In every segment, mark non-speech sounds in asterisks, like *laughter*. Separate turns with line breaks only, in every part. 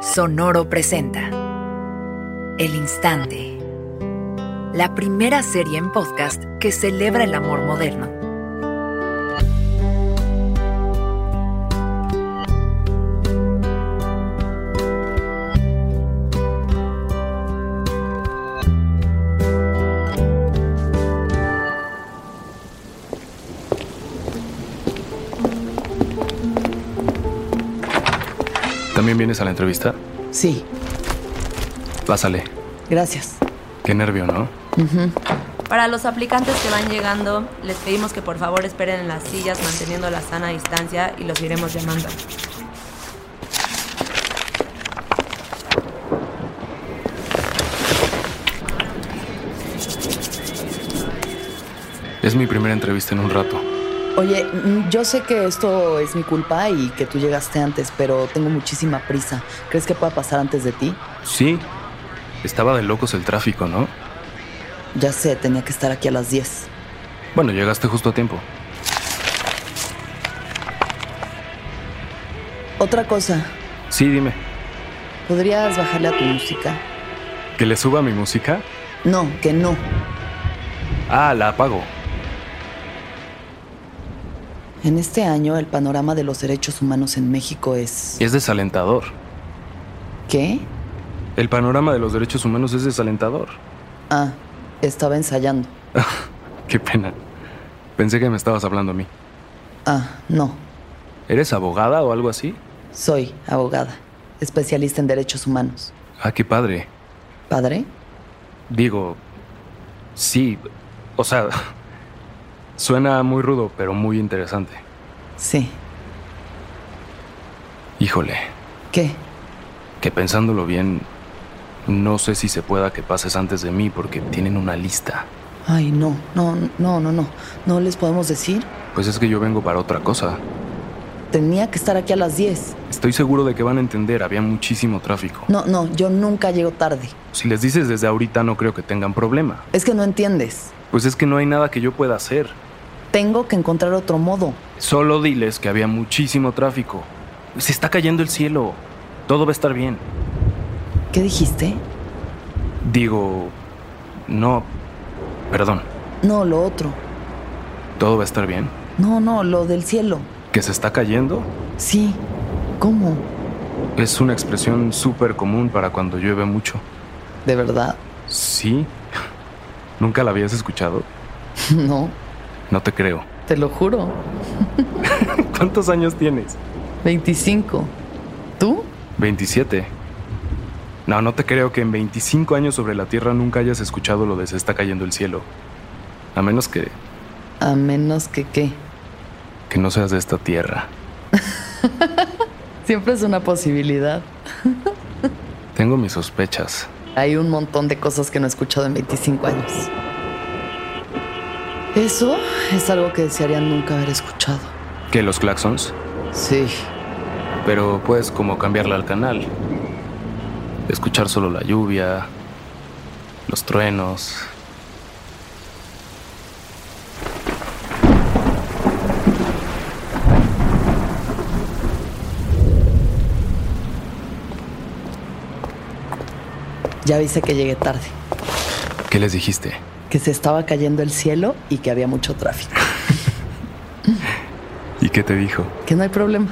Sonoro presenta El Instante, la primera serie en podcast que celebra el amor moderno.
¿También vienes a la entrevista?
Sí,
Pásale.
gracias.
Qué nervio, ¿no?
Para los aplicantes que van llegando, les pedimos que por favor esperen en las sillas manteniendo la sana distancia y los iremos llamando.
Es mi primera entrevista en un rato.
Oye, mm, yo sé que esto es mi culpa y que tú llegaste antes, pero tengo muchísima prisa. ¿Crees que pueda pasar antes de ti?
Sí. Estaba de locos el tráfico, ¿no?
Ya sé, tenía que estar aquí a las 10.
Bueno, llegaste justo a tiempo.
Otra cosa,
Sí, dime.
¿podrías bajarle a tu música?
¿Que le suba mi música?
No, que no.
Ah, la apago.
En este año el panorama de los derechos humanos en México es...
Es desalentador.
¿Qué?
El panorama de los derechos humanos es desalentador.
Ah, estaba ensayando.
Qué pena. Pensé que me estabas hablando a mí.
Ah, no.
¿Eres abogada o algo así?
Soy abogada, especialista en derechos humanos.
Ah, qué padre.
¿Padre?
Digo, sí. O sea, *laughs* suena muy rudo, pero muy interesante.
Sí.
Híjole,
¿Qué?
que pensándolo bien, no sé si se pueda que pases antes de mí porque tienen una lista.
Ay, no, no, no, no, no. No les podemos decir.
Pues es que yo vengo para otra cosa.
Tenía que estar aquí a las 10.
Estoy seguro de que van a entender, había muchísimo tráfico.
No, no, yo nunca llego tarde.
Si les dices desde ahorita no creo que tengan problema.
Es que no entiendes.
Pues es que no hay nada que yo pueda hacer.
Tengo que encontrar otro modo.
Solo diles que había muchísimo tráfico. Se está cayendo el cielo. Todo va a estar bien.
¿Qué dijiste?
Digo, no, perdón,
No, lo otro.
todo va a estar bien.
No, no, lo del cielo.
¿Que se está cayendo?
Sí. ¿Cómo?
Es una expresión súper común para cuando llueve mucho.
¿De verdad? *laughs*
Sí. *laughs* ¿Nunca la habías escuchado?
No,
No te creo. *laughs*
te lo juro.
¿Cuántos años tienes?
25. ¿Tú?
27. No, no te creo que en 25 años sobre la Tierra nunca hayas escuchado lo de se está cayendo el cielo. A menos que,
A menos que qué.
que no seas de esta Tierra.
Siempre es una posibilidad.
Tengo mis sospechas.
Hay un montón de cosas que no he escuchado en 25 años. Eso es algo que desearía nunca haber escuchado.
¿Que los claxons?
Sí.
Pero puedes como cambiarla al canal. Escuchar solo la lluvia, los truenos.
Ya viste que llegué tarde,
¿Qué les dijiste?
que se estaba cayendo el cielo y que había mucho tráfico.
¿Y qué te dijo?
Que no hay problema.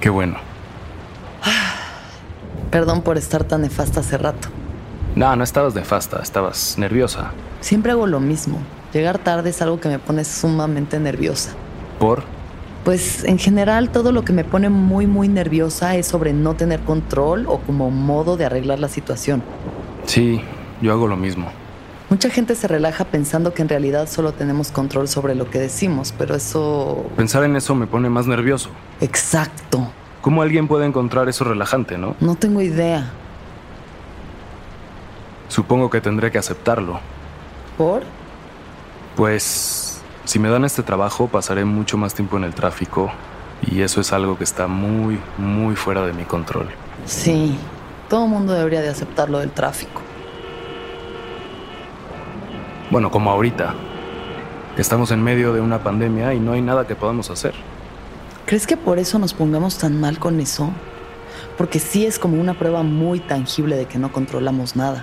Qué bueno.
Perdón por estar tan nefasta hace rato.
No, no estabas de fasta, estabas nerviosa.
Siempre hago lo mismo. Llegar tarde es algo que me pone sumamente nerviosa.
¿Por?
Pues en general todo lo que me pone muy muy nerviosa es sobre no tener control o como modo de arreglar la situación.
Sí, yo hago lo mismo.
Mucha gente se relaja pensando que en realidad solo tenemos control sobre lo que decimos, pero eso...
Pensar en eso me pone más nervioso.
Exacto.
¿Cómo alguien puede encontrar eso relajante, no?
No tengo idea.
Supongo que tendré que aceptarlo.
¿Por?
Pues, si me dan este trabajo, pasaré mucho más tiempo en el tráfico. Y eso es algo que está muy, muy fuera de mi control.
Sí. Todo mundo debería de aceptar lo del tráfico.
Bueno, como ahorita. Estamos en medio de una pandemia y no hay nada que podamos hacer.
¿Crees que por eso nos pongamos tan mal con eso? porque sí es como una prueba muy tangible de que no controlamos nada.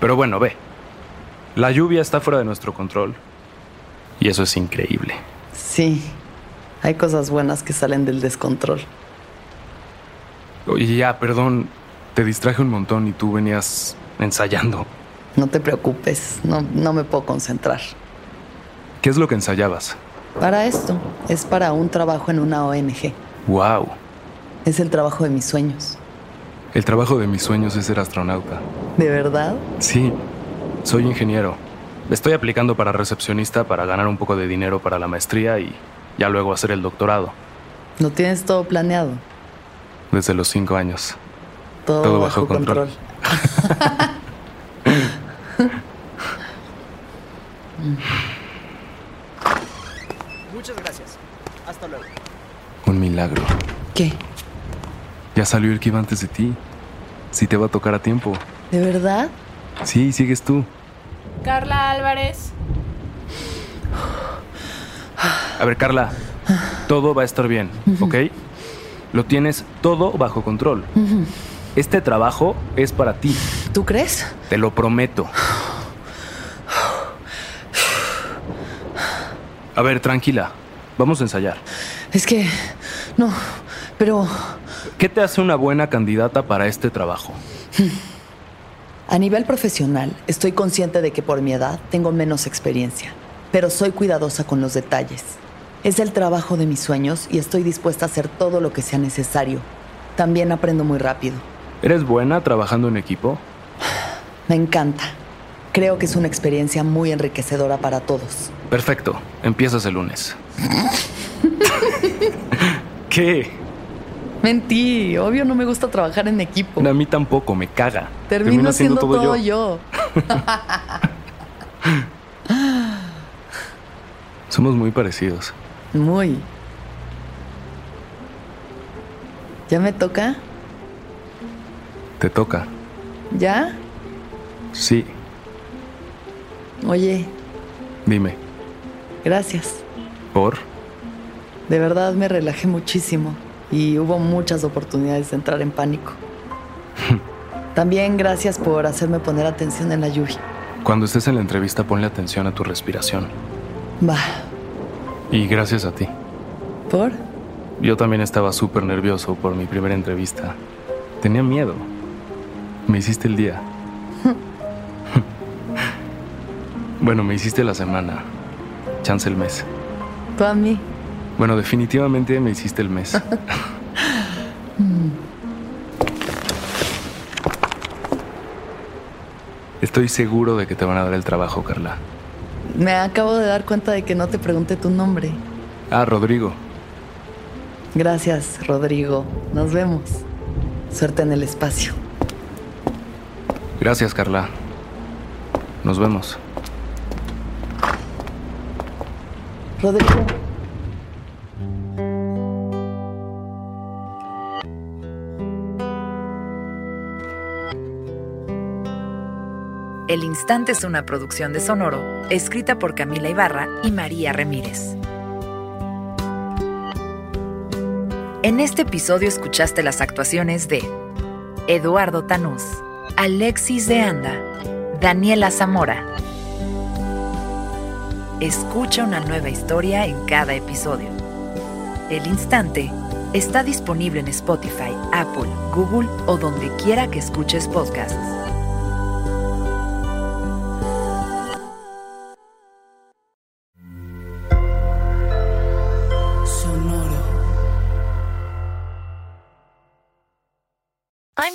Pero bueno, ve. La lluvia está fuera de nuestro control. Y eso es increíble.
Sí, hay cosas buenas que salen del descontrol.
Oye, ya, perdón. Te distraje un montón y tú venías ensayando.
No te preocupes, no, no me puedo concentrar.
¿Qué es lo que ensayabas?
Para esto, es para un trabajo en una ONG.
¡Wow!
Es el trabajo de mis sueños.
El trabajo de mis sueños es ser astronauta.
¿De verdad?
Sí, soy ingeniero. Estoy aplicando para recepcionista para ganar un poco de dinero para la maestría y ya luego hacer el doctorado.
¿No tienes todo planeado?
Desde los cinco años.
Todo,
Todo bajo control.
Muchas gracias. Hasta luego.
Un milagro.
¿Qué?
Ya salió el que iba antes de ti. Si te va a tocar a tiempo.
¿De verdad?
Sí, sigues tú.
Carla Álvarez.
A ver, Carla, todo va a estar bien, ¿ok? Lo tienes todo bajo control. Este trabajo es para ti,
¿Tú crees?
te lo prometo. A ver, tranquila, vamos a ensayar.
Es que... No, pero...
¿Qué te hace una buena candidata para este trabajo?
A nivel profesional, estoy consciente de que por mi edad tengo menos experiencia, pero soy cuidadosa con los detalles. Es el trabajo de mis sueños y estoy dispuesta a hacer todo lo que sea necesario. También aprendo muy rápido.
¿Eres buena trabajando en equipo?
Me encanta. Creo que es una experiencia muy enriquecedora para todos.
Perfecto, empiezas el lunes. ¿Qué?
Mentí, obvio no me gusta trabajar en equipo.
A mí tampoco, me caga.
Termino, haciendo, todo, yo.
Somos muy parecidos.
Muy. ¿Ya me toca?
Te toca.
¿Ya?
Sí,
Oye,
dime.
gracias.
¿Por?
De verdad me relajé muchísimo y hubo muchas oportunidades de entrar en pánico. También gracias por hacerme poner atención en la lluvia.
Cuando estés en la entrevista ponle atención a tu respiración.
Va,
Y gracias a ti.
¿por?
Yo también estaba súper nervioso por mi primera entrevista. Tenía miedo. Me hiciste el
*laughs*
día. bueno, me hiciste la semana. Chance el mes.
Tú a mí.
Bueno, definitivamente me hiciste el mes. Estoy seguro de que te van a dar el trabajo, Carla.
Me acabo de dar cuenta de que no te pregunté tu nombre.
Ah, Rodrigo.
Gracias, Rodrigo. Nos vemos. Suerte en el espacio.
Gracias, Carla. Nos vemos.
Rodrigo.
El Instante es una producción de Sonoro, escrita por Camila Ibarra y María Ramírez. En este episodio escuchaste las actuaciones de Eduardo Tanús, Alexis de Anda, Daniela Zamora. Escucha una nueva historia en cada episodio. El Instante está disponible en Spotify, Apple, Google o donde quiera que escuches podcasts.
I'm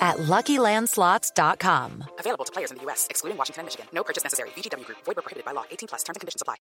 at LuckyLandSlots.com.
Available to players in the U.S., excluding Washington and Michigan. No purchase necessary. VGW Group. Void where prohibited by law. 18 plus. Terms and conditions apply.